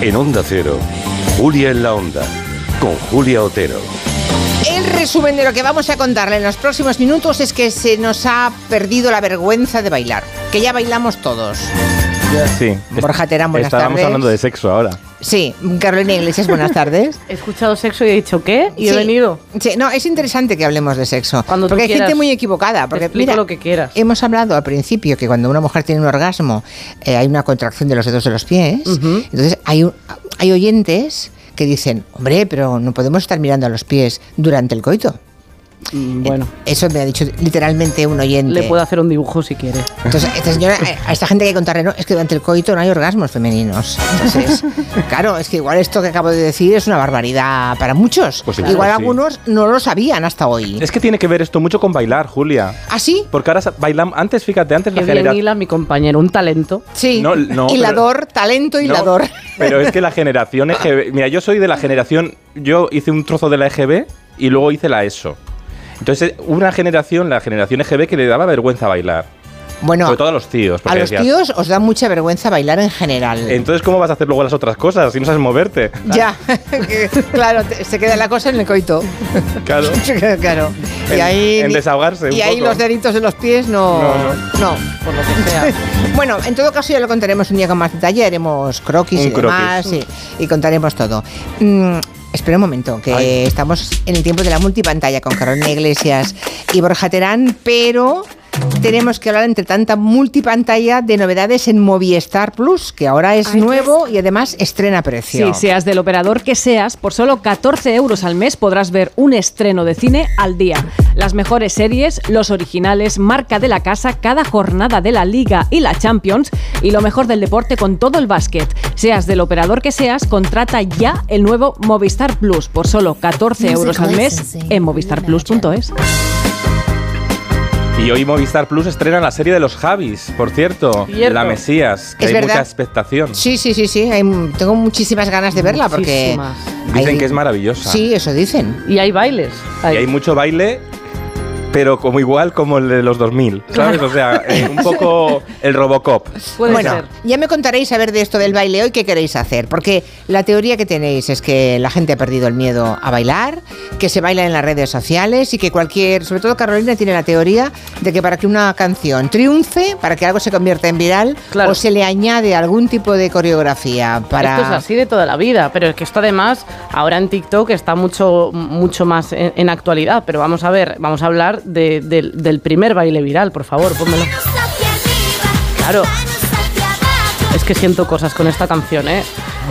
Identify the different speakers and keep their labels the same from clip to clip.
Speaker 1: En Onda Cero, Julia en la Onda, con Julia Otero.
Speaker 2: El resumen de lo que vamos a contarle en los próximos minutos es que se nos ha perdido la vergüenza de bailar, que ya bailamos todos.
Speaker 3: Sí.
Speaker 2: Borja Terán, buenas
Speaker 3: Estábamos
Speaker 2: tardes.
Speaker 3: hablando de sexo ahora.
Speaker 2: Sí, Carolina Iglesias, buenas tardes.
Speaker 4: He escuchado sexo y he dicho ¿qué? Y
Speaker 2: Sí.
Speaker 4: he venido.
Speaker 2: Sí, no, es interesante que hablemos de sexo.
Speaker 4: Cuando tú
Speaker 2: porque hay gente
Speaker 4: quieras.
Speaker 2: muy equivocada. Porque,
Speaker 4: Te explico
Speaker 2: mira,
Speaker 4: lo que quieras.
Speaker 2: Hemos hablado al principio que cuando una mujer tiene un orgasmo eh, hay una contracción de los dedos de los pies.
Speaker 4: Ujú.
Speaker 2: Entonces hay, un- hay oyentes que dicen, hombre, pero no podemos estar mirando a los pies durante el coito.
Speaker 4: Mm, Bueno,
Speaker 2: Eh, Eso me ha dicho literalmente un oyente.
Speaker 4: le puedo hacer un dibujo si quiere.
Speaker 2: Entonces, esta señora, eh, a esta gente que hay que contarle, no, es que durante el coito no hay orgasmos femeninos. Entonces, claro, es que igual esto que acabo de decir es una barbaridad para muchos.
Speaker 3: Pues
Speaker 2: igual
Speaker 3: seguro que sí.
Speaker 2: algunos no lo sabían hasta hoy. ¿Ah,
Speaker 3: Es que tiene que ver esto mucho con bailar, Julia.
Speaker 2: ¿Así?
Speaker 3: Porque ahora sa- bailam antes, fíjate, antes
Speaker 4: Que
Speaker 3: la
Speaker 4: bien
Speaker 3: generación.
Speaker 4: hila mi compañero, un talento.
Speaker 2: Sí.
Speaker 3: No, no,
Speaker 2: hilador, talento hilador.
Speaker 3: pero es que la generación EGB. Mira, yo soy de la generación. Yo hice un trozo de la EGB y luego hice la ESO. Entonces, una generación, la generación EGB, que le daba vergüenza bailar.
Speaker 2: Bueno,
Speaker 3: Sobre todo a los tíos.
Speaker 2: a
Speaker 3: porque
Speaker 2: los
Speaker 3: decías,
Speaker 2: tíos os da mucha vergüenza bailar en general.
Speaker 3: Entonces, ¿cómo vas a hacer luego las otras cosas si no sabes moverte?
Speaker 2: ya, que, claro, te- se queda la cosa en el coito.
Speaker 3: Claro.
Speaker 2: claro. y
Speaker 3: En-
Speaker 2: ahí,
Speaker 3: en desahogarse
Speaker 2: Y
Speaker 3: un
Speaker 2: ahí
Speaker 3: poco.
Speaker 2: los deditos de los pies no.
Speaker 3: No,
Speaker 2: no.
Speaker 4: Por lo que sea.
Speaker 2: Bueno, en todo caso ya lo contaremos un día con más detalle, haremos croquis y
Speaker 3: Un croquis.
Speaker 2: demás sí, y, contaremos todo. Mm, espera un momento, que
Speaker 3: Ay.
Speaker 2: estamos en el tiempo de la multipantalla con Carolina Iglesias y Borja Terán, pero tenemos que hablar entre tanta multipantalla de novedades en Movistar Plus, que ahora es
Speaker 5: Ay, pues
Speaker 2: nuevo y además estrena precio.
Speaker 5: Sí, seas del operador que seas, por solo 14 euros al mes podrás ver un estreno de cine al día. Las mejores series, los originales, marca de la casa, cada jornada de la Liga y la Champions y lo mejor del deporte con todo el básquet. Seas del operador que seas, contrata ya el nuevo Movistar Plus por solo 14 euros al mes en movistarplus.es.
Speaker 3: Y hoy Movistar Plus estrena la serie de los Javis, por cierto,
Speaker 4: Cierto.
Speaker 3: La Mesías, que
Speaker 2: Es
Speaker 3: hay
Speaker 2: verdad.
Speaker 3: mucha expectación.
Speaker 2: Sí, sí, sí, sí, hay- tengo muchísimas ganas de verla porque...
Speaker 4: Muchísimas.
Speaker 3: Dicen
Speaker 2: hay-
Speaker 3: que es maravillosa.
Speaker 2: Sí, eso dicen.
Speaker 4: Y hay bailes.
Speaker 3: Y hay mucho baile, pero como igual como el de los 2000, ¿sabes? O sea, eh, un poco el Robocop.
Speaker 4: Puede
Speaker 2: bueno,
Speaker 4: ser.
Speaker 2: ya me contaréis a ver de esto del baile hoy qué queréis hacer, porque la teoría que tenéis es que la gente ha perdido el miedo a bailar, que se baila en las redes sociales y que cualquier, sobre todo Carolina tiene la teoría de que para que una canción triunfe, para que algo se convierta en viral,
Speaker 4: Claro.
Speaker 2: o se le añade algún tipo de coreografía para
Speaker 4: Esto es así de toda la vida, pero es que esto además ahora en TikTok está mucho, mucho más en, en actualidad. Pero vamos a ver, vamos a hablar de- del- del primer baile viral, por favor, pónmelo. Claro. Es que siento cosas con esta canción, ¿eh?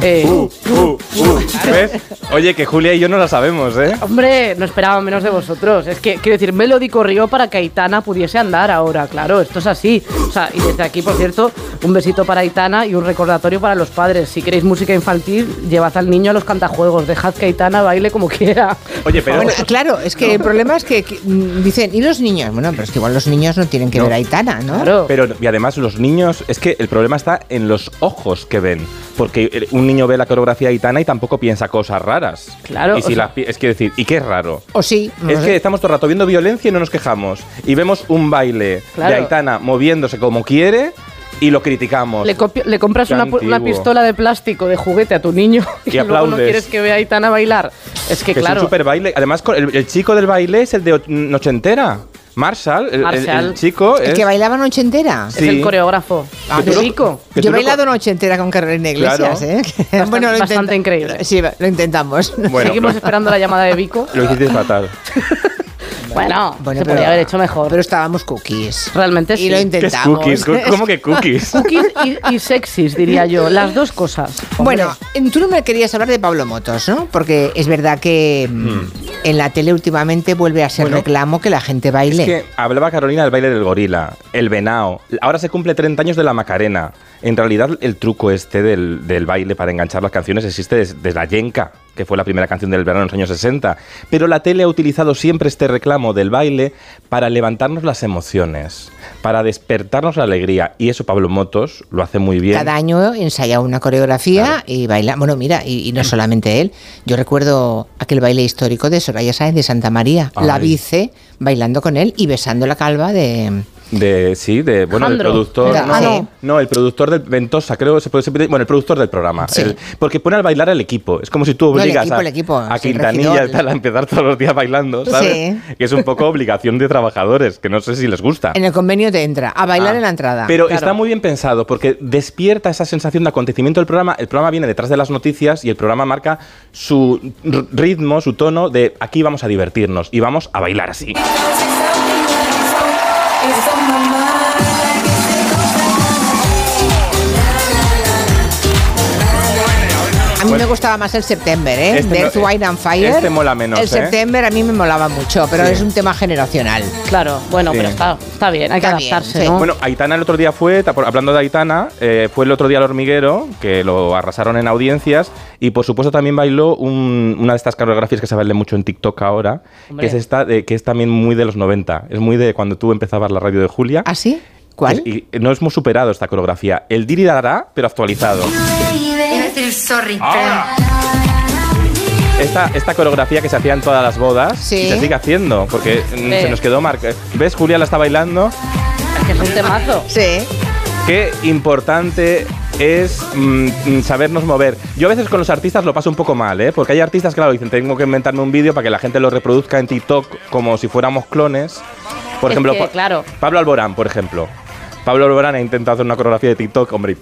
Speaker 4: Eh,
Speaker 3: Uh, uh, uh. ¿Ves? Oye, que Julia y yo no la sabemos, ¿eh?
Speaker 4: Hombre, no esperaba menos de vosotros. Es que, quiero decir, Melody corrió para que Aitana pudiese andar ahora, claro, esto es así. O sea, y desde aquí, por cierto, un besito para Aitana y un recordatorio para los padres. Si queréis música infantil, llevad al niño a los cantajuegos, dejad que Aitana baile como quiera.
Speaker 3: Oye, pero
Speaker 2: Bueno, claro, es que el problema es que, que, mm, dicen, ¿y los niños? Bueno, pero es que igual los niños no tienen que
Speaker 3: No.
Speaker 2: ver a Aitana, ¿no?
Speaker 4: Claro.
Speaker 3: Pero, y además los niños, es que el problema está en los ojos que ven. Porque eh, un niño ve la coreografía gitana y tampoco piensa cosas raras.
Speaker 4: Claro,
Speaker 3: Y si
Speaker 4: o sea-
Speaker 3: las pi- es que decir, ¿y qué es raro?
Speaker 2: O sí. no
Speaker 3: Es
Speaker 2: sé.
Speaker 3: que estamos todo el rato viendo violencia y no nos quejamos. Y vemos un baile
Speaker 4: Claro.
Speaker 3: de Aitana moviéndose como quiere y lo criticamos.
Speaker 4: Le, copio- le compras
Speaker 3: Qué
Speaker 4: una, pu- una
Speaker 3: antiguo.
Speaker 4: pistola de plástico de juguete a tu niño y,
Speaker 3: Y
Speaker 4: luego no
Speaker 3: aplaudes.
Speaker 4: quieres que vea a Aitana bailar. Es que,
Speaker 3: que es
Speaker 4: claro.
Speaker 3: un super baile. Además, con el, el chico del baile es el de och- ochentera. Marshall, el- el,
Speaker 4: Marshall.
Speaker 3: el chico.
Speaker 2: ¿El
Speaker 3: es-
Speaker 2: que bailaba noche entera.
Speaker 4: Es el
Speaker 3: sí.
Speaker 4: coreógrafo.
Speaker 2: Ah,
Speaker 4: de
Speaker 2: tú lo-
Speaker 4: Vico.
Speaker 3: Que
Speaker 2: Yo he
Speaker 3: tú lo
Speaker 2: bailado
Speaker 3: co-
Speaker 2: noche entera con Carolina Iglesias,
Speaker 3: Claro.
Speaker 2: ¿eh?
Speaker 4: Bastante- bastante increíble.
Speaker 2: Sí, lo intentamos.
Speaker 3: Bueno,
Speaker 4: Seguimos
Speaker 3: lo-
Speaker 4: esperando la llamada de Vico.
Speaker 3: Lo hiciste fatal.
Speaker 4: Bueno,
Speaker 2: Bueno,
Speaker 4: se
Speaker 2: pero-
Speaker 4: podría haber hecho mejor.
Speaker 2: Pero estábamos cookies.
Speaker 4: Realmente
Speaker 2: y
Speaker 4: sí.
Speaker 2: lo
Speaker 3: ¿Qué es
Speaker 2: intentamos.
Speaker 3: cookies? ¿Cómo que cookies?
Speaker 4: Cookies y, y sexys, diría yo. Las dos cosas. Hombre,
Speaker 2: Bueno, en- tú no me querías hablar de Pablo Motos, ¿no? Porque es verdad que mm, en la tele últimamente vuelve a ser
Speaker 3: Hmm. Bueno,
Speaker 2: reclamo que la gente
Speaker 3: Es
Speaker 2: baile.
Speaker 3: que hablaba Carolina del baile del gorila, el venao. Ahora se cumple 30 años de la Macarena. En realidad, el truco este del, del baile para enganchar las canciones existe des- desde la Yenka, que fue la primera canción del verano en los años 60. Pero la tele ha utilizado siempre este reclamo del baile para levantarnos las emociones, para despertarnos la alegría. Y eso Pablo Motos lo hace muy bien.
Speaker 2: Cada año ensaya una coreografía y baila. Bueno, mira, y, y no solamente él. Yo recuerdo aquel baile histórico de Soraya Sáenz de Santa María, la
Speaker 3: Ay.
Speaker 2: vice, bailando con él y besando la calva de,
Speaker 3: De, sí, de, bueno, el
Speaker 4: Alejandro.
Speaker 3: productor.
Speaker 2: Era-
Speaker 3: no,
Speaker 2: ah, no.
Speaker 3: no, el productor de Ventosa, creo, se puede, se puede- bueno, el productor del programa.
Speaker 2: Sí.
Speaker 3: El- porque pone al bailar al equipo. Es como si tú
Speaker 2: No, el
Speaker 3: obligas
Speaker 2: equipo,
Speaker 3: a,
Speaker 2: el equipo,
Speaker 3: a
Speaker 2: sí, el
Speaker 3: Quintanilla
Speaker 2: regidor.
Speaker 3: y tal, a empezar todos los días bailando, ¿sabes?
Speaker 2: Sí.
Speaker 3: Que es un poco obligación de trabajadores, que no sé si les gusta.
Speaker 2: En el convenio te entra, a bailar
Speaker 3: Ah.
Speaker 2: en la entrada.
Speaker 3: Pero
Speaker 2: Claro.
Speaker 3: está muy bien pensado porque despierta esa sensación de acontecimiento del programa. El programa viene detrás de las noticias y el programa marca su r- ritmo, su tono de aquí vamos a divertirnos y vamos a bailar así.
Speaker 2: A mí me gustaba más el September, ¿eh?
Speaker 3: Este
Speaker 2: Earth,
Speaker 3: no-
Speaker 2: Wine and Fire.
Speaker 3: este mola menos,
Speaker 2: El
Speaker 3: ¿eh?
Speaker 2: September a mí me molaba mucho, pero
Speaker 3: Sí.
Speaker 2: es un tema generacional.
Speaker 4: Claro, bueno,
Speaker 3: Sí.
Speaker 4: pero está, está bien, hay que
Speaker 2: Está bien,
Speaker 4: adaptarse,
Speaker 2: sí.
Speaker 4: ¿no?
Speaker 3: Bueno, Aitana el otro día fue, ta- por- hablando de Aitana, eh, fue el otro día al hormiguero, que lo arrasaron en audiencias, y por supuesto también bailó un- una de estas coreografías que se baila mucho en TikTok ahora,
Speaker 4: Hombre.
Speaker 3: que es, esta de- que es también muy de los 90, es muy de cuando tú empezabas la radio de Julia.
Speaker 2: ¿Así? ¿Ah, ¿Cuál?
Speaker 3: Es- y no es muy superado esta coreografía. El Diri Dará, pero actualizado.
Speaker 6: Iba a decir sorry.
Speaker 3: Esta, esta coreografía que se hacía en todas las bodas
Speaker 2: Sí.
Speaker 3: y se sigue haciendo, porque mm,
Speaker 4: Sí.
Speaker 3: se nos quedó marca. ¿Ves? Julia la está bailando.
Speaker 4: Que es un temazo.
Speaker 2: Sí.
Speaker 3: Qué importante es mm, mm, sabernos mover. Yo a veces con los artistas lo paso un poco mal, ¿eh? Porque hay artistas, claro, dicen, tengo que inventarme un vídeo para que la gente lo reproduzca en TikTok como si fuéramos clones. Por
Speaker 4: Es
Speaker 3: ejemplo,
Speaker 4: que,
Speaker 3: Pa-
Speaker 4: claro.
Speaker 3: Pablo Alborán, por ejemplo. Pablo Alborán ha intentado hacer una coreografía de TikTok, hombre,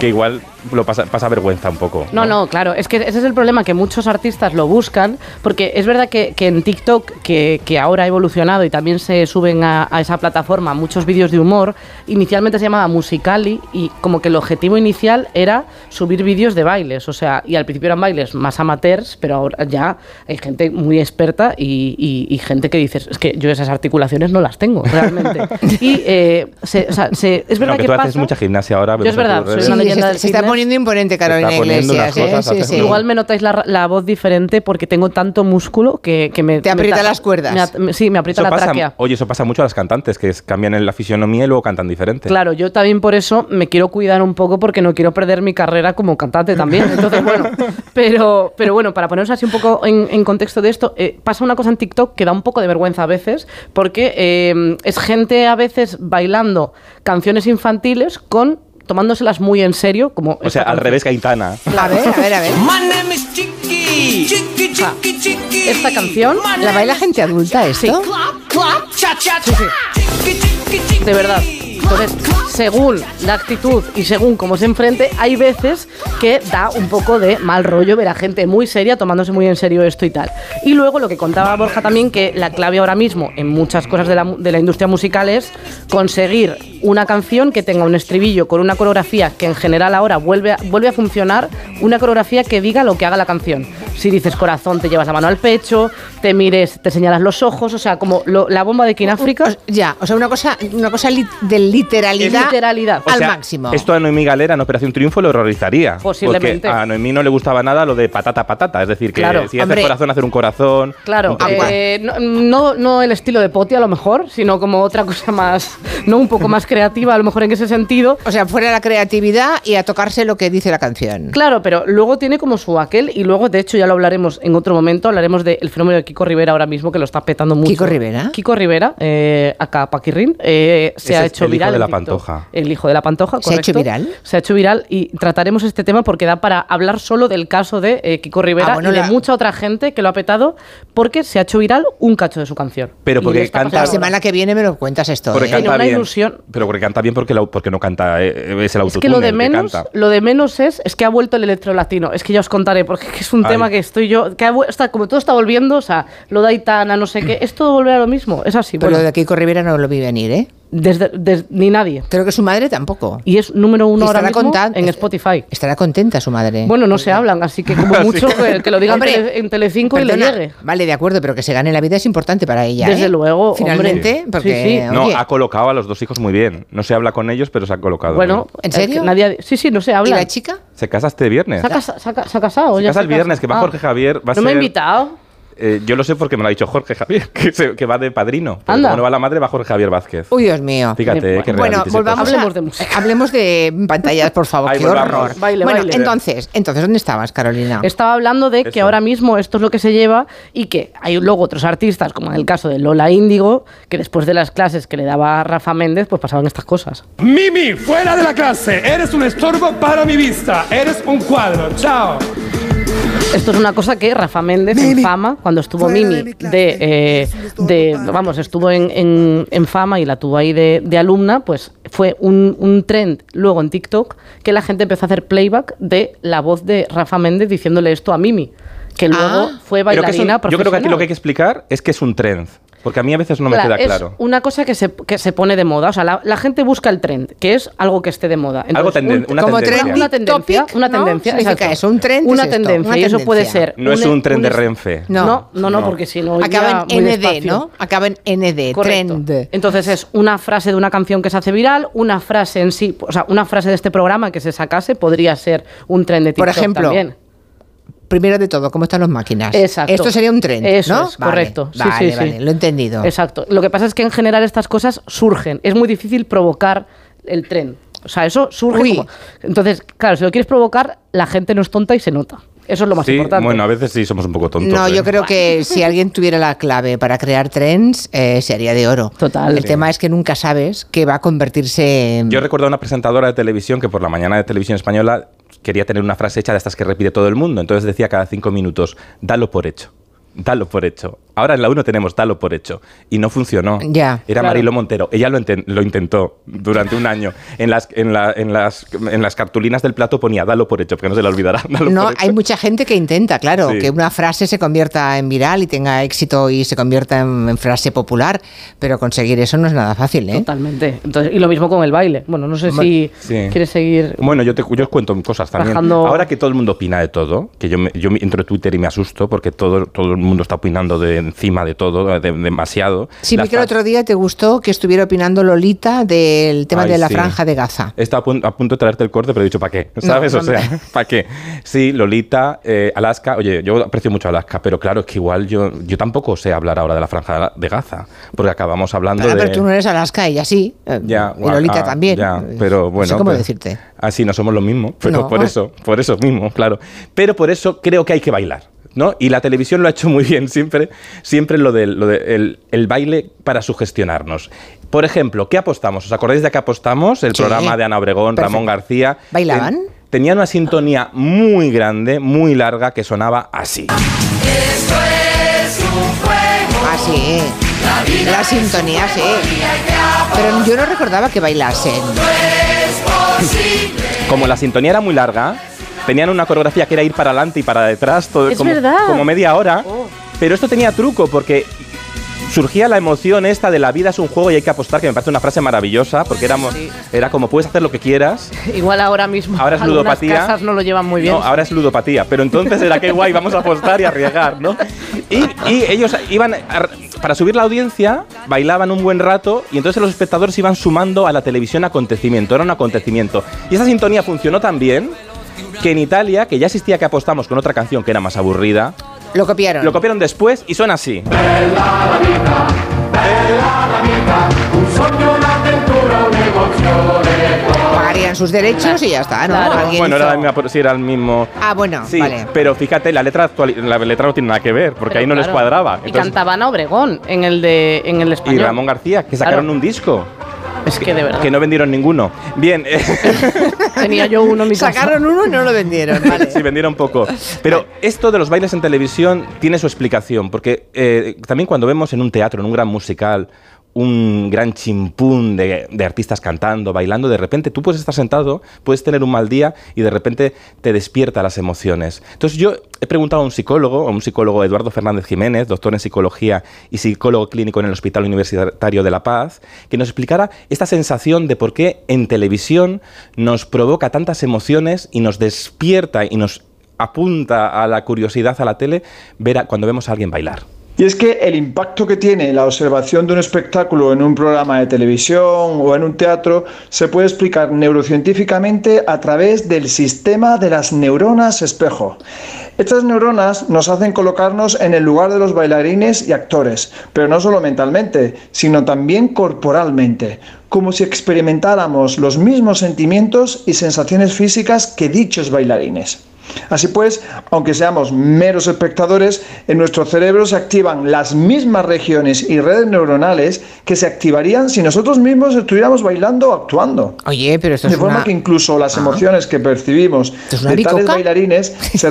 Speaker 3: que igual lo pasa, pasa vergüenza un poco.
Speaker 4: No, no, claro. Es que ese es el problema, que muchos artistas lo buscan, porque es verdad que, que en TikTok, que, que ahora ha evolucionado y también se suben a, a esa plataforma muchos vídeos de humor, inicialmente se llamaba Musicali y como que el objetivo inicial era subir vídeos de bailes, o sea, y al principio eran bailes más amateurs, pero ahora ya hay gente muy experta y, y- y gente que dices, es que yo esas articulaciones no las tengo realmente. y eh, se- o sea, se- es verdad
Speaker 3: Aunque
Speaker 4: que
Speaker 3: tú
Speaker 4: pasa-
Speaker 3: haces mucha gimnasia ahora.
Speaker 4: Yo es
Speaker 3: vemos en
Speaker 4: verdad,
Speaker 3: tus
Speaker 4: soy
Speaker 3: redes.
Speaker 4: una
Speaker 2: Sí,
Speaker 4: leyenda
Speaker 2: se,
Speaker 4: del
Speaker 2: se está
Speaker 4: fitness.
Speaker 2: poniendo imponente Carolina
Speaker 3: Se está poniendo
Speaker 2: Iglesias.
Speaker 3: unas
Speaker 2: ¿eh?
Speaker 3: cosas,
Speaker 2: Sí,
Speaker 3: hace
Speaker 2: sí.
Speaker 3: un-
Speaker 4: Igual me notáis la, la voz diferente porque tengo tanto músculo que, que me...
Speaker 2: Te aprieta
Speaker 4: me ta-
Speaker 2: las cuerdas.
Speaker 4: me at- me- sí, me aprieta
Speaker 3: Eso
Speaker 4: la
Speaker 3: pasa,
Speaker 4: tráquea.
Speaker 3: oye, eso pasa mucho a las cantantes, que es- cambian en la fisionomía y luego cantan diferente.
Speaker 4: Claro, yo también por eso me quiero cuidar un poco porque no quiero perder mi carrera como cantante también. Entonces, bueno, pero, pero bueno, para ponernos así un poco en, en contexto de esto, eh, pasa una cosa en TikTok que da un poco de vergüenza a veces porque eh, es gente a veces bailando canciones infantiles con tomándoselas muy en serio, como...
Speaker 3: O sea, al revés que Aitana.
Speaker 2: A ver, a ver, a ver.
Speaker 7: My name is Chiqui. Chiqui, Chiqui, Chiqui.
Speaker 4: Esta canción
Speaker 2: ¿La baila gente adulta esto?
Speaker 7: Cha, cha, cha.
Speaker 4: Sí, sí. De verdad. Entonces, según la actitud y según cómo se enfrente, hay veces que da un poco de mal rollo ver a gente muy seria tomándose muy en serio esto y tal. Y luego lo que contaba Borja también, que la clave ahora mismo en muchas cosas de la, mu- de la industria musical es conseguir una canción que tenga un estribillo con una coreografía que en general ahora vuelve a, vuelve a funcionar, una coreografía que diga lo que haga la canción. Si dices corazón, te llevas la mano al pecho, te mires, te señalas los ojos, o sea, como lo- la bomba de King África.
Speaker 2: O- Ya, o sea, una cosa, una cosa li- de literalidad,
Speaker 4: Literalidad.
Speaker 3: O
Speaker 2: al
Speaker 3: sea,
Speaker 2: máximo.
Speaker 3: Esto a Noemí Galera en Operación Triunfo lo horrorizaría.
Speaker 4: Posiblemente.
Speaker 3: Porque a Noemí no le gustaba nada lo de patata patata. Es decir, que
Speaker 4: Claro.
Speaker 3: si hacer
Speaker 2: Hombre.
Speaker 3: corazón, hacer un corazón.
Speaker 4: Claro,
Speaker 3: un poco-
Speaker 4: eh, no, no, no el estilo de Poti a lo mejor, sino como otra cosa más, no un poco más creativa a lo mejor en ese sentido.
Speaker 2: O sea, fuera la creatividad y a tocarse lo que dice la canción.
Speaker 4: Claro, pero luego tiene como su aquel y luego, de hecho, ya lo hablaremos en otro momento, hablaremos del fenómeno de Kiko Rivera ahora mismo que lo está petando mucho.
Speaker 2: ¿Kiko Rivera?
Speaker 4: Kiko Rivera, eh, acá Paquirrin, eh, se
Speaker 3: Ese
Speaker 4: ha
Speaker 3: es
Speaker 4: hecho
Speaker 3: el hijo
Speaker 4: viral.
Speaker 3: de
Speaker 4: en
Speaker 3: la
Speaker 4: TikTok.
Speaker 3: Pantoja.
Speaker 4: El hijo de la Pantoja,
Speaker 2: ¿Se ha hecho
Speaker 4: correcto.
Speaker 2: viral?
Speaker 4: Se ha hecho viral y trataremos este tema porque da para hablar solo del caso de eh, Kiko Rivera
Speaker 2: Ah, bueno,
Speaker 4: y de
Speaker 2: la-
Speaker 4: mucha otra gente que lo ha petado porque se ha hecho viral un cacho de su canción.
Speaker 3: Pero
Speaker 4: Y
Speaker 3: porque
Speaker 4: le está
Speaker 3: canta-
Speaker 2: La
Speaker 4: pasando
Speaker 2: semana que viene me lo cuentas esto.
Speaker 3: Porque
Speaker 2: ¿eh?
Speaker 4: Tiene
Speaker 3: canta
Speaker 4: una
Speaker 3: bien.
Speaker 4: ilusión.
Speaker 3: Pero porque canta bien porque, la- porque no canta. eh, es el
Speaker 4: Es
Speaker 3: autotune
Speaker 4: que lo de
Speaker 3: el
Speaker 4: menos,
Speaker 3: canta.
Speaker 4: lo de menos es, es que ha vuelto el electro latino. Es que ya os contaré porque es que es un
Speaker 3: Ay.
Speaker 4: tema que estoy yo, que ha vu- está- como todo está volviendo, o sea, lo de Aitana, no sé qué, es todo volver a lo mismo. Es así.
Speaker 2: Pero
Speaker 4: bueno,
Speaker 2: lo de Kiko Rivera no lo vi venir, ¿eh?
Speaker 4: desde, des- ni nadie.
Speaker 2: Creo que su madre tampoco.
Speaker 4: Y es número uno ahora
Speaker 2: Estará
Speaker 4: mismo
Speaker 2: contan-
Speaker 4: en Spotify.
Speaker 2: Estará contenta su madre.
Speaker 4: Bueno, no se hablan, así que como mucho que, que lo digan
Speaker 2: Hombre,
Speaker 4: tele- en Telecinco y le
Speaker 2: Perdona,
Speaker 4: llegue.
Speaker 2: Vale, de acuerdo, pero que se gane la vida es importante para ella.
Speaker 4: Desde
Speaker 2: ¿eh?
Speaker 4: luego,
Speaker 2: Finalmente,
Speaker 4: hombre.
Speaker 2: porque.
Speaker 4: Sí, sí.
Speaker 3: No,
Speaker 2: oye,
Speaker 3: ha colocado a los dos hijos muy bien. No se habla con ellos, pero se ha colocado.
Speaker 4: Bueno,
Speaker 2: ¿En
Speaker 4: es que
Speaker 2: serio?
Speaker 4: nadie, sí, sí, no se
Speaker 2: ¿Y
Speaker 4: habla.
Speaker 2: la chica?
Speaker 3: ¿Se casa este viernes?
Speaker 4: ¿Se ha, casa- se ha ca- se ha casado?
Speaker 3: Se
Speaker 4: ya
Speaker 3: casa el viernes, que va
Speaker 4: Ah.
Speaker 3: Jorge Javier, va a
Speaker 4: No me ha
Speaker 3: ser-
Speaker 4: invitado.
Speaker 3: Eh, yo lo sé porque me lo ha dicho Jorge Javier, que, se- que va de padrino. Pero
Speaker 4: Anda.
Speaker 3: como no va la madre, va Jorge Javier Vázquez.
Speaker 2: Uy, Dios mío.
Speaker 3: Fíjate, eh, qué
Speaker 2: Bueno,
Speaker 3: reality se
Speaker 2: volvamos
Speaker 3: pasa.
Speaker 2: a-
Speaker 4: Hablemos de música.
Speaker 2: eh, hablemos de pantallas, por favor,
Speaker 3: Ahí
Speaker 2: qué
Speaker 3: volvamos.
Speaker 2: horror.
Speaker 4: Baile,
Speaker 2: bueno,
Speaker 4: baile.
Speaker 2: entonces, entonces ¿dónde estabas, Carolina?
Speaker 4: Estaba hablando de que
Speaker 3: Eso.
Speaker 4: ahora mismo esto es lo que se lleva y que hay luego otros artistas, como en el caso de Lola Índigo, que después de las clases que le daba Rafa Méndez, pues pasaban estas cosas.
Speaker 8: Mimi, fuera de la clase. Eres un estorbo para mi vista. Eres un cuadro. Chao.
Speaker 4: Esto es una cosa que Rafa Méndez en fama, cuando estuvo Mimi, de, eh, de- vamos, estuvo en, en- en fama y la tuvo ahí de, de alumna, pues fue un, un trend luego en TikTok que la gente empezó a hacer playback de la voz de Rafa Méndez diciéndole esto a Mimi, que luego
Speaker 2: Ah.
Speaker 4: fue
Speaker 3: Pero que es un-
Speaker 4: bailarina
Speaker 3: Yo creo que aquí lo que hay
Speaker 4: profesional.
Speaker 3: que explicar es que es un trend. Porque a mí a veces no me
Speaker 4: Claro,
Speaker 3: queda
Speaker 4: es
Speaker 3: claro.
Speaker 4: una cosa que se, que se pone de moda. O sea, la, la gente busca el trend, que es algo que esté de moda.
Speaker 3: Algo
Speaker 4: un-
Speaker 3: tenden- una
Speaker 2: como
Speaker 3: tendencia.
Speaker 2: trending
Speaker 4: una tendencia,
Speaker 2: topic,
Speaker 4: una
Speaker 2: ¿no?
Speaker 4: tendencia,
Speaker 2: Significa
Speaker 4: exacto.
Speaker 2: eso, un trend
Speaker 4: una
Speaker 2: es esto,
Speaker 4: tendencia,
Speaker 2: una
Speaker 4: y eso puede
Speaker 2: tendencia.
Speaker 4: ser. e-
Speaker 3: No es un tren de
Speaker 4: es-
Speaker 3: Renfe.
Speaker 2: No.
Speaker 4: No, no, no, porque si no.
Speaker 2: Acaba
Speaker 4: iría
Speaker 2: en
Speaker 4: muy
Speaker 2: ND,
Speaker 4: despacio.
Speaker 2: ¿no? Acaba en ND,
Speaker 4: Correcto.
Speaker 2: trend.
Speaker 4: Entonces es una frase de una canción que se hace viral, una frase en sí, o sea, una frase de este programa que se sacase podría ser un trend de
Speaker 2: Por
Speaker 4: TikTok
Speaker 2: ejemplo,
Speaker 4: también.
Speaker 2: Primero de todo, ¿cómo están las máquinas?
Speaker 4: Exacto.
Speaker 2: Esto sería un trend,
Speaker 4: Eso
Speaker 2: ¿no?
Speaker 4: es,
Speaker 2: Vale,
Speaker 4: correcto. Sí,
Speaker 2: Vale,
Speaker 4: sí, sí.
Speaker 2: vale, lo he entendido.
Speaker 4: Exacto. Lo que pasa es que en general estas cosas surgen. Es muy difícil provocar el tren. O sea, eso surge.
Speaker 2: Uy.
Speaker 4: como- Entonces, claro, si lo quieres provocar, la gente no es tonta y se nota. Eso es lo más
Speaker 3: Sí,
Speaker 4: importante.
Speaker 3: bueno, a veces sí somos un poco tontos.
Speaker 2: No,
Speaker 3: ¿eh?
Speaker 2: yo creo que si alguien tuviera la clave para crear trends, eh, se haría de oro.
Speaker 4: Total.
Speaker 2: El
Speaker 4: Sí.
Speaker 2: tema es que nunca sabes que va a convertirse en...
Speaker 3: Yo recuerdo a una presentadora de televisión que por la mañana de televisión española quería tener una frase hecha de estas que repite todo el mundo. Entonces decía cada cinco minutos, dalo por hecho. Dalo por hecho. Ahora en la 1 tenemos dalo por hecho. Y no funcionó.
Speaker 2: Ya.
Speaker 3: Era
Speaker 4: Claro.
Speaker 3: Marilo Montero. Ella lo, inten- lo intentó durante un año. En las, en, la- en las, en las cartulinas del plato ponía dalo por hecho, porque no se la olvidará. Dalo
Speaker 2: No,
Speaker 3: por hecho.
Speaker 2: hay mucha gente que intenta, claro,
Speaker 3: Sí.
Speaker 2: que una frase se convierta en viral y tenga éxito y se convierta en, en frase popular, pero conseguir eso no es nada fácil, ¿eh?
Speaker 4: Totalmente. Entonces, y lo mismo con el baile. Bueno, no sé si
Speaker 3: Sí.
Speaker 4: quieres seguir.
Speaker 3: Bueno, yo, te, yo os cuento cosas también.
Speaker 4: Bajando-
Speaker 3: Ahora que todo el mundo opina de todo, que yo, me- yo me entro en Twitter y me asusto porque todo, todo el mundo está opinando de encima de todo, de- demasiado.
Speaker 2: Sí,
Speaker 3: Las
Speaker 2: vi que el
Speaker 3: fra-
Speaker 2: otro día te gustó que estuviera opinando Lolita del tema
Speaker 3: Ay,
Speaker 2: de la
Speaker 3: sí.
Speaker 2: franja de Gaza.
Speaker 3: Está a, pun- a punto de traerte el corte, pero he dicho, ¿para qué? ¿Sabes?
Speaker 2: no,
Speaker 3: o
Speaker 2: no.
Speaker 3: sea, ¿para qué? Sí, Lolita, eh, Alaska. Oye, yo aprecio mucho Alaska, pero claro, es que igual yo, yo tampoco sé hablar ahora de la franja de Gaza, porque acabamos hablando
Speaker 2: Ah,
Speaker 3: de...
Speaker 2: pero tú no eres Alaska, ella sí. eh,
Speaker 3: Ya,
Speaker 2: y
Speaker 3: guau,
Speaker 2: Lolita
Speaker 3: ah,
Speaker 2: también.
Speaker 3: ya,
Speaker 2: Eh,
Speaker 3: pero bueno.
Speaker 2: No sé cómo
Speaker 3: pero-
Speaker 2: decirte.
Speaker 3: Así no somos lo mismo, pero
Speaker 2: No.
Speaker 3: por eso, por eso mismo, claro. Pero por eso creo que hay que bailar, ¿no? Y la televisión lo ha hecho muy bien siempre, siempre lo del lo de el- el baile para sugestionarnos. Por ejemplo, ¿qué apostamos? ¿Os acordáis de qué apostamos? El
Speaker 2: Sí.
Speaker 3: programa de Ana Obregón,
Speaker 2: Perfecto.
Speaker 3: Ramón García.
Speaker 2: ¿Bailaban?
Speaker 3: Ten- Tenía una sintonía muy grande, muy larga, que sonaba así.
Speaker 2: Ah, sí. La sintonía, sí. Pero yo no recordaba que bailasen.
Speaker 3: Como la sintonía era muy larga, tenían una coreografía que era ir para adelante y para detrás, todo,
Speaker 4: Es
Speaker 3: como,
Speaker 4: verdad. Oh.
Speaker 3: como media hora. Pero esto tenía truco porque surgía la emoción esta de la vida es un juego y hay que apostar, que me parece una frase maravillosa, porque éramos, era como puedes hacer lo que quieras.
Speaker 4: Igual ahora mismo.
Speaker 3: Ahora es
Speaker 4: algunas
Speaker 3: ludopatía.
Speaker 4: casas no lo llevan muy bien.
Speaker 3: No, ah, ahora es ludopatía, pero entonces era que guay, vamos a apostar y arriesgar, ¿no? Y, y ellos iban, a- para subir la audiencia, bailaban un buen rato y entonces los espectadores iban sumando a la televisión acontecimiento, era un acontecimiento. Y esa sintonía funcionó tan bien que en Italia, que ya existía que apostamos con otra canción que era más aburrida,
Speaker 2: Lo copiaron.
Speaker 3: lo copiaron después y suena así.
Speaker 2: Pagarían sus derechos y ya está, ¿no?
Speaker 4: Claro.
Speaker 2: Alguien
Speaker 3: Bueno, era, la
Speaker 2: hizo-
Speaker 3: misma- sí, era el mismo...
Speaker 2: Ah, bueno,
Speaker 3: Sí,
Speaker 2: vale.
Speaker 3: pero fíjate, la letra, actual- la letra no tiene nada que ver, porque
Speaker 4: Pero
Speaker 3: ahí no les
Speaker 4: claro.
Speaker 3: cuadraba.
Speaker 4: Y
Speaker 3: Entonces-
Speaker 4: cantaban a Obregón en el de en el
Speaker 3: y
Speaker 4: español.
Speaker 3: Ramón García, que sacaron
Speaker 4: Claro.
Speaker 3: un disco.
Speaker 4: Es que de verdad.
Speaker 3: Que no vendieron ninguno. Bien, eh,
Speaker 4: Tenía yo uno en mi casa.
Speaker 2: Sacaron uno y no lo vendieron, vale.
Speaker 3: sí, vendieron poco. Pero esto de los bailes en televisión tiene su explicación, porque eh, también cuando vemos en un teatro, en un gran musical, un gran chimpún de, de artistas cantando, bailando, de repente tú puedes estar sentado, puedes tener un mal día y de repente te despierta las emociones. Entonces yo he preguntado a un psicólogo, a un psicólogo Eduardo Fernández Jiménez, doctor en psicología y psicólogo clínico en el Hospital Universitario de La Paz, que nos explicara esta sensación de por qué en televisión nos provoca tantas emociones y nos despierta y nos apunta a la curiosidad a la tele ver a- cuando vemos a alguien bailar.
Speaker 9: Y es que el impacto que tiene la observación de un espectáculo en un programa de televisión o en un teatro se puede explicar neurocientíficamente a través del sistema de las neuronas espejo. Estas neuronas nos hacen colocarnos en el lugar de los bailarines y actores, pero no solo mentalmente, sino también corporalmente, como si experimentáramos los mismos sentimientos y sensaciones físicas que dichos bailarines. Así pues, aunque seamos meros espectadores, en nuestro cerebro se activan las mismas regiones y redes neuronales que se activarían si nosotros mismos estuviéramos bailando o actuando.
Speaker 2: Oye, pero esto
Speaker 9: De
Speaker 2: es
Speaker 9: forma
Speaker 2: una-
Speaker 9: que incluso las emociones que percibimos
Speaker 2: ¿Esto es una
Speaker 9: de tales
Speaker 2: bicoca?
Speaker 9: bailarines se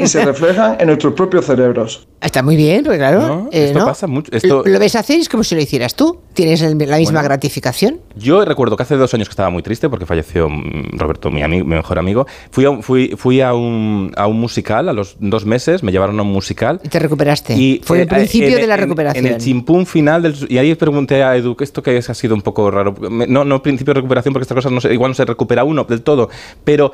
Speaker 9: y se reflejan en nuestros propios cerebros.
Speaker 2: Está muy bien, porque claro. eh,
Speaker 3: No, esto pasa mucho, esto-
Speaker 2: Lo ves hacer y es como si lo hicieras tú. Tienes el- la misma gratificación.
Speaker 3: Yo recuerdo que hace dos años que estaba muy triste porque falleció mm, Roberto, mi, ami- mi mejor amigo. Fui, a, un- fui, fui a, un, a un musical, a los dos meses me llevaron a un musical.
Speaker 2: Y te recuperaste.
Speaker 3: Y,
Speaker 2: Este, Fue
Speaker 3: eh,
Speaker 2: el principio
Speaker 3: en-
Speaker 2: de la
Speaker 3: en-
Speaker 2: recuperación.
Speaker 3: En el chimpún final, del, y ahí pregunté a Edu, que esto que es, ha sido un poco raro. Me- No, no principio de recuperación, porque estas cosas no se- igual no se recupera uno del todo, pero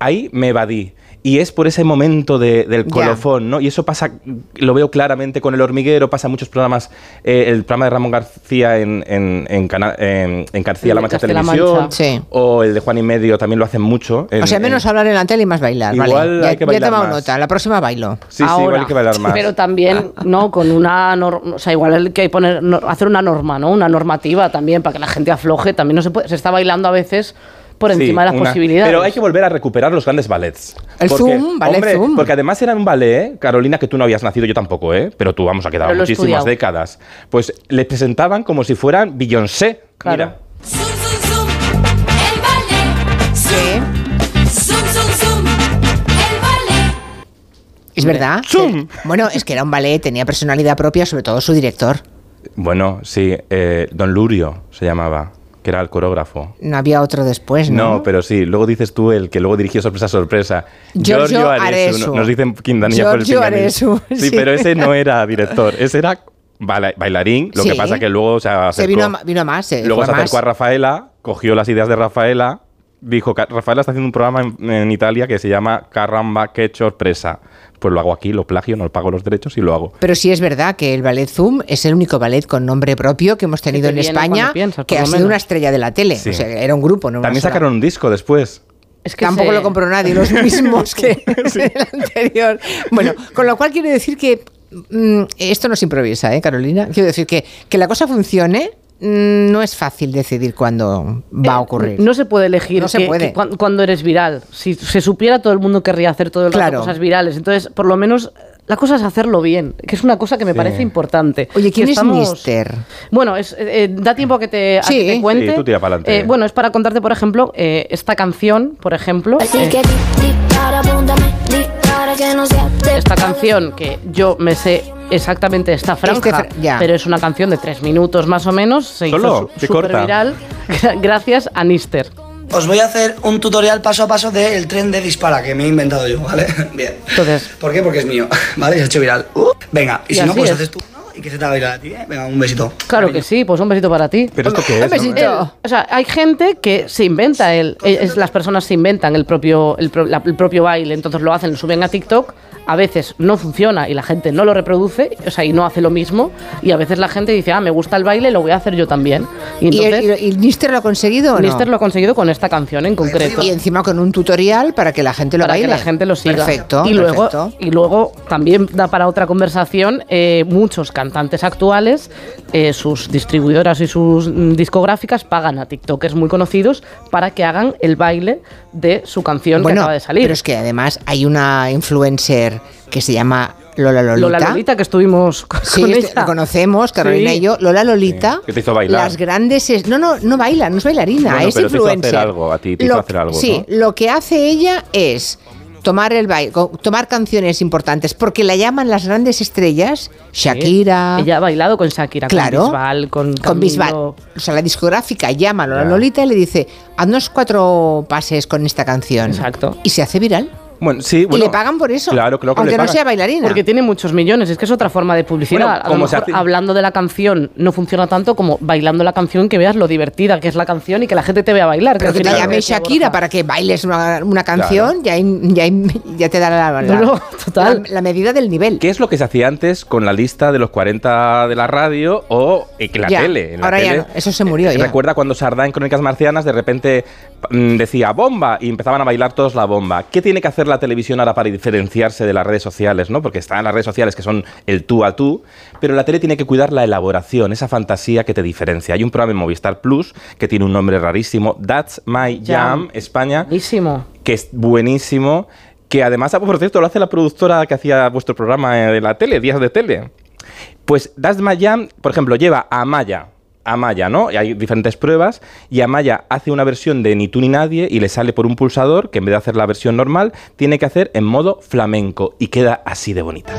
Speaker 3: ahí me evadí. Y es por ese momento de- del
Speaker 2: Ya.
Speaker 3: colofón, ¿no? Y eso pasa, lo veo claramente con El Hormiguero, pasa en muchos programas, eh, el programa de Ramón García en, en, en, Cana- en- en García
Speaker 4: El
Speaker 3: La
Speaker 4: de
Speaker 3: Mancha
Speaker 4: Castilla-La
Speaker 3: Televisión,
Speaker 4: Mancha.
Speaker 2: Sí.
Speaker 3: o el de Juan y Medio también lo hacen mucho. en-
Speaker 2: o sea, menos
Speaker 3: en-
Speaker 2: hablar en la tele y más bailar.
Speaker 3: Igual
Speaker 2: vale. Ya,
Speaker 3: hay
Speaker 2: ya
Speaker 3: que
Speaker 2: he
Speaker 3: bailar
Speaker 2: tomado
Speaker 3: más.
Speaker 2: nota. La próxima bailo.
Speaker 3: Sí, sí, igual
Speaker 4: Ahora.
Speaker 3: hay que bailar más.
Speaker 4: Pero también, ¿no? Con una. nor- o sea, igual hay que poner, no- hacer una norma, ¿no? Una normativa también para que la gente afloje. También no se puede. Se está bailando a veces por
Speaker 3: Sí,
Speaker 4: encima de las
Speaker 3: una-
Speaker 4: posibilidades.
Speaker 3: Pero hay que volver a recuperar los grandes ballets.
Speaker 2: El Zoom, ballet
Speaker 3: hombre,
Speaker 2: Zoom.
Speaker 3: Porque además era un ballet, Carolina, que tú no habías nacido, yo tampoco, ¿eh? Pero tú, vamos, ha quedado
Speaker 4: Pero lo he
Speaker 3: muchísimas
Speaker 4: estudiado.
Speaker 3: décadas. Pues les presentaban como si fueran Beyoncé.
Speaker 4: Claro.
Speaker 3: Mira.
Speaker 7: Zoom, zoom, zoom, el ballet. Zoom, zoom, zoom, el ballet.
Speaker 2: ¿Es verdad?
Speaker 3: ¡Zum!
Speaker 2: Bueno, es que era un ballet, tenía personalidad propia, sobre todo su director.
Speaker 3: Bueno, sí, eh, Don Lurio se llamaba, que era el coreógrafo.
Speaker 2: No había otro después, ¿no?
Speaker 3: No, pero sí, luego dices tú el que luego dirigió Sorpresa Sorpresa.
Speaker 2: Giorgio
Speaker 3: no-
Speaker 2: Aresu.
Speaker 3: Nos dicen Quintanilla por el
Speaker 2: Giorgio
Speaker 3: pinganillo.
Speaker 2: Aresu,
Speaker 3: Sí,
Speaker 2: sí.
Speaker 3: pero ese no era director, ese era baila- bailarín, lo que
Speaker 2: Sí.
Speaker 3: pasa que luego se
Speaker 2: Se
Speaker 3: acercó.
Speaker 2: vino a, ma- vino a más. se
Speaker 3: Luego
Speaker 2: fue
Speaker 3: se
Speaker 2: a más.
Speaker 3: acercó a Rafaela, cogió las ideas de Rafaela, dijo, "Ca- Rafaela está haciendo un programa en, en Italia que se llama Caramba, qué sorpresa. Pues lo hago aquí, lo plagio, no pago los derechos y lo hago.
Speaker 2: Pero sí es verdad que el ballet Zoom es el único ballet con nombre propio que hemos tenido
Speaker 4: te
Speaker 2: en
Speaker 4: viene
Speaker 2: España,
Speaker 4: cuando piensas,
Speaker 2: que
Speaker 4: por
Speaker 2: ha
Speaker 4: lo
Speaker 2: sido
Speaker 4: menos.
Speaker 2: una estrella de la tele.
Speaker 3: Sí.
Speaker 2: O sea, era un grupo, ¿no? una
Speaker 3: También
Speaker 2: sola.
Speaker 3: sacaron un disco después.
Speaker 4: Es que
Speaker 2: Tampoco
Speaker 4: se-
Speaker 2: lo compró nadie, los mismos que el anterior. Bueno, con lo cual quiero decir que mm, esto no se improvisa, ¿eh, Carolina? Quiero decir que que la cosa funcione mm, no es fácil decidir cuándo va a ocurrir.
Speaker 4: eh, No se puede elegir
Speaker 2: No se
Speaker 4: que-
Speaker 2: puede.
Speaker 4: que cuan- cuando eres viral. Si se supiera, todo el mundo querría hacer todo el rato
Speaker 2: Claro.
Speaker 4: cosas virales. Entonces, por lo menos, la cosa es hacerlo bien, que es una cosa que me parece importante.
Speaker 2: Oye,
Speaker 4: Que
Speaker 2: ¿quién es Mister?
Speaker 4: Bueno, es, eh, eh, da tiempo a que te, a
Speaker 2: Sí.
Speaker 4: que te
Speaker 2: Sí,
Speaker 4: cuente.
Speaker 3: tú tira pa'lante.
Speaker 4: Eh, bueno, es para contarte, por ejemplo, eh, esta canción, por ejemplo. eh, esta canción que yo me sé exactamente esta franja,
Speaker 2: Este fra- ya.
Speaker 4: pero es una canción de tres minutos más o menos, se
Speaker 3: Solo,
Speaker 4: hizo
Speaker 3: qué
Speaker 4: su-
Speaker 3: corta.
Speaker 4: superviral gracias a Nister.
Speaker 10: Os voy a hacer un tutorial paso a paso del tren de dispara que me he inventado yo, ¿vale? Bien.
Speaker 4: Entonces-
Speaker 10: ¿Por qué? Porque es mío, ¿vale? Se ha hecho viral. Uh, venga, y,
Speaker 4: Y
Speaker 10: si no,
Speaker 4: así
Speaker 10: pues
Speaker 4: es.
Speaker 10: haces tú uno y que se te haga viral a ti, ¿eh? Venga, un besito.
Speaker 4: Claro que sí, pues un besito para ti.
Speaker 3: ¿Pero esto qué es?
Speaker 2: besito.
Speaker 4: Eh, o sea, hay gente que se inventa el, eh, es- las personas se inventan el propio, el, pro- la- el propio baile, entonces lo hacen, lo suben a TikTok, a veces no funciona y la gente no lo reproduce, o sea, y no hace lo mismo, y a veces la gente dice, ah, me gusta el baile, lo voy a hacer yo también. Y
Speaker 2: ¿Y,
Speaker 4: entonces,
Speaker 2: y- y Nister lo ha conseguido o no?
Speaker 4: Nister lo ha conseguido con esta canción en concreto.
Speaker 2: Y encima con un tutorial para que la gente lo
Speaker 4: para
Speaker 2: baile.
Speaker 4: que la gente lo siga.
Speaker 2: Perfecto.
Speaker 4: Y luego,
Speaker 2: perfecto.
Speaker 4: Y luego también da para otra conversación eh, muchos cantantes actuales, eh, sus distribuidoras y sus mm, discográficas pagan a TikTokers muy conocidos para que hagan el baile de su canción que acaba de salir.
Speaker 2: pero es que además hay una influencer que se llama Lola Lolita.
Speaker 4: Lola Lolita que estuvimos con,
Speaker 2: Sí,
Speaker 4: con
Speaker 2: este-
Speaker 4: ella.
Speaker 2: la conocemos, Carolina
Speaker 4: Sí.
Speaker 2: y yo. Lola Lolita.
Speaker 3: Sí, que te hizo bailar.
Speaker 2: Las grandes. es- no, no, no baila, no es bailarina,
Speaker 3: Bueno,
Speaker 2: es
Speaker 3: pero te hizo
Speaker 2: influencer.
Speaker 3: hacer algo, a ti te hizo hacer algo,
Speaker 2: Sí,
Speaker 3: ¿no?
Speaker 2: lo que hace ella es tomar el baile, co- tomar canciones importantes, porque la llaman las grandes estrellas, Shakira.
Speaker 4: Ella ha bailado con Shakira,
Speaker 2: Claro.
Speaker 4: con Bisbal, con,
Speaker 2: Con Bisbal.
Speaker 4: Camilo.
Speaker 2: O sea, la discográfica llama a Lola
Speaker 3: Ya.
Speaker 2: Lolita y le dice, haznos cuatro pases con esta canción.
Speaker 4: Exacto.
Speaker 2: Y se hace viral.
Speaker 3: Bueno, sí, bueno.
Speaker 2: y le pagan por eso.
Speaker 3: Claro, claro que
Speaker 2: aunque
Speaker 3: le
Speaker 2: no
Speaker 3: pagan.
Speaker 2: sea bailarina.
Speaker 4: Porque tiene muchos millones, es que es otra forma de publicidad.
Speaker 3: Bueno,
Speaker 4: A lo
Speaker 3: como se
Speaker 4: mejor
Speaker 3: hace-
Speaker 4: hablando de la canción no funciona tanto como bailando la canción, que veas lo divertida que es la canción y que la gente te vea bailar.
Speaker 2: Pero que te llame Shakira para que bailes una, una canción, ya, in- ya, in- ya te dará la, la-
Speaker 4: No, no, total.
Speaker 2: la- la medida del nivel.
Speaker 3: ¿Qué es lo que se hacía antes con la lista de los 40 de la radio o eh, que la
Speaker 2: Ya,
Speaker 3: tele? En la
Speaker 2: ahora ya
Speaker 3: tele,
Speaker 2: no, eso se murió
Speaker 3: eh,
Speaker 2: ya.
Speaker 3: Recuerda cuando Sardá en Crónicas Marcianas de repente mm, decía bomba y empezaban a bailar todos la bomba. ¿Qué tiene que hacer la televisión ahora para diferenciarse de las redes sociales? ¿no? Porque están las redes sociales que son el tú a tú, pero la tele tiene que cuidar la elaboración, esa fantasía que te diferencia. Hay un programa en Movistar Plus que tiene un nombre rarísimo, That's My Jam,
Speaker 4: Jam.
Speaker 3: España,
Speaker 4: Buenísimo.
Speaker 3: que es buenísimo, que además, ah, por cierto, lo hace la productora que hacía vuestro programa eh, de la tele, Días de Tele. Pues Das Mayam, por ejemplo, lleva a Amaya. A Amaya, ¿no? Y hay diferentes pruebas y Amaya hace una versión de Ni tú ni nadie y le sale por un pulsador que en vez de hacer la versión normal tiene que hacer en modo flamenco y queda así de bonita.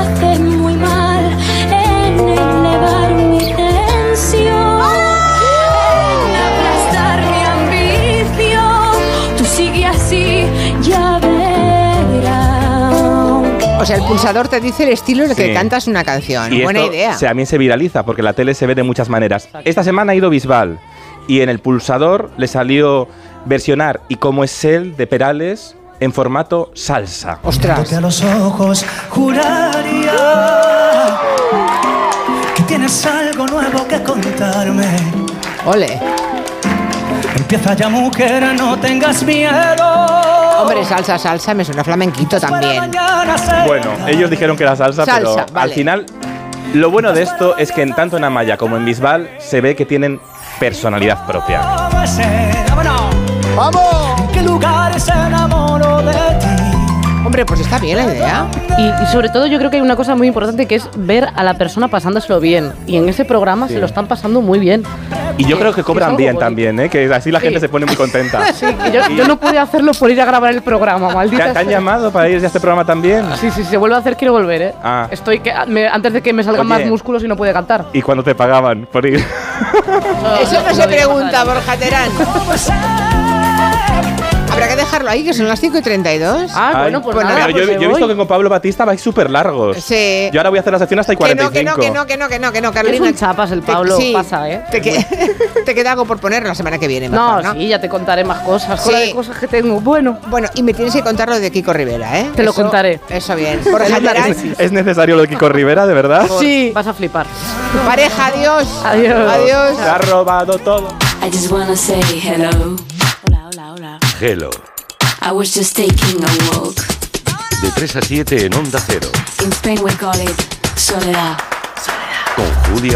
Speaker 7: Hace muy mal en elevar mi tensión, en aplastar mi ambición. Tú sigue así, ya verás.
Speaker 2: O sea, el pulsador te dice el estilo en el que
Speaker 3: Sí.
Speaker 2: cantas una
Speaker 4: Ah,
Speaker 2: canción.
Speaker 3: Y
Speaker 2: Buena
Speaker 3: esto
Speaker 2: idea.
Speaker 3: se- también se viraliza porque la tele se ve de muchas maneras. Esta semana ha ido Bisbal y en el pulsador le salió versionar y cómo es él de Perales en formato salsa.
Speaker 2: Ostras.
Speaker 10: Mirándote a los ojos juraría que tienes algo nuevo que contarme.
Speaker 2: Ole.
Speaker 10: Empieza ya mujer, no tengas miedo.
Speaker 2: Hombre, salsa, salsa, me suena flamenquito también.
Speaker 3: Bueno, ellos dijeron que era salsa,
Speaker 2: Salsa,
Speaker 3: pero
Speaker 2: vale.
Speaker 3: al final lo bueno de esto es que en tanto en Amaya como en Bisbal se ve que tienen personalidad propia.
Speaker 10: ¡Vámonos!
Speaker 2: ¡Vamos!
Speaker 10: ¿En qué lugar se enamoró de ti?
Speaker 2: Hombre, pues está bien la idea.
Speaker 4: Y, y sobre todo yo creo que hay una cosa muy importante que es ver a la persona pasándoselo bien. Y en ese programa se lo están pasando muy bien.
Speaker 3: Y yo
Speaker 4: Que-
Speaker 3: creo que
Speaker 4: que
Speaker 3: cobran
Speaker 4: es algo
Speaker 3: bien
Speaker 4: bonito.
Speaker 3: también, ¿eh? que así la gente
Speaker 4: Sí.
Speaker 3: se pone muy contenta.
Speaker 4: Que Yo, yo no pude hacerlo por ir a grabar el programa,
Speaker 3: ¿Te,
Speaker 4: maldita
Speaker 3: te han
Speaker 4: sea.
Speaker 3: llamado para ir a este programa también?
Speaker 4: Sí, sí, si se vuelve a hacer quiero volver, ¿eh?
Speaker 3: Ah.
Speaker 4: Estoy que, me- antes de que me salgan
Speaker 3: Oye.
Speaker 4: más músculos y no puede cantar.
Speaker 3: ¿Y cuándo te pagaban por ir?
Speaker 2: Eso no se
Speaker 4: lo digo,
Speaker 2: pregunta,
Speaker 4: vale.
Speaker 2: Borja Terán. Habrá que dejarlo ahí, que son las 5 y 32.
Speaker 4: Ah,
Speaker 3: Ay,
Speaker 4: bueno, pues
Speaker 2: Bueno,
Speaker 4: nada,
Speaker 3: pero yo,
Speaker 4: pues me
Speaker 3: yo he visto
Speaker 4: voy.
Speaker 3: que con Pablo Batista vais súper largos.
Speaker 2: Sí.
Speaker 3: Yo ahora voy a hacer la sección hasta el
Speaker 2: que no,
Speaker 3: 45.
Speaker 2: que no, que no, que no, que no, que no, Carolina.
Speaker 4: Es un chapas el Pablo, pasa, ¿eh?
Speaker 2: Te, que- te queda algo por poner la semana que viene.
Speaker 4: No,
Speaker 2: mejor, ¿no?
Speaker 4: sí, ya te contaré más cosas.
Speaker 2: Sí.
Speaker 4: con las cosas que tengo. Bueno,
Speaker 2: Bueno, y me tienes que contar lo de Kiko Rivera, ¿eh?
Speaker 4: Te lo
Speaker 2: Eso-
Speaker 4: contaré.
Speaker 2: Eso bien. Borja
Speaker 3: Es,
Speaker 2: Terán,
Speaker 3: es- es necesario lo de Kiko Rivera, de verdad?
Speaker 4: sí. vas a flipar.
Speaker 2: pareja, adiós.
Speaker 4: Adiós.
Speaker 2: Adiós.
Speaker 3: Se ha robado todo.
Speaker 7: I just wanna say hello. Hola, hola, hola.
Speaker 1: Hello.
Speaker 7: I was just taking a walk.
Speaker 1: De 3 a 7 en Onda Cero.
Speaker 7: In Spain we call it soledad.
Speaker 1: Con Julia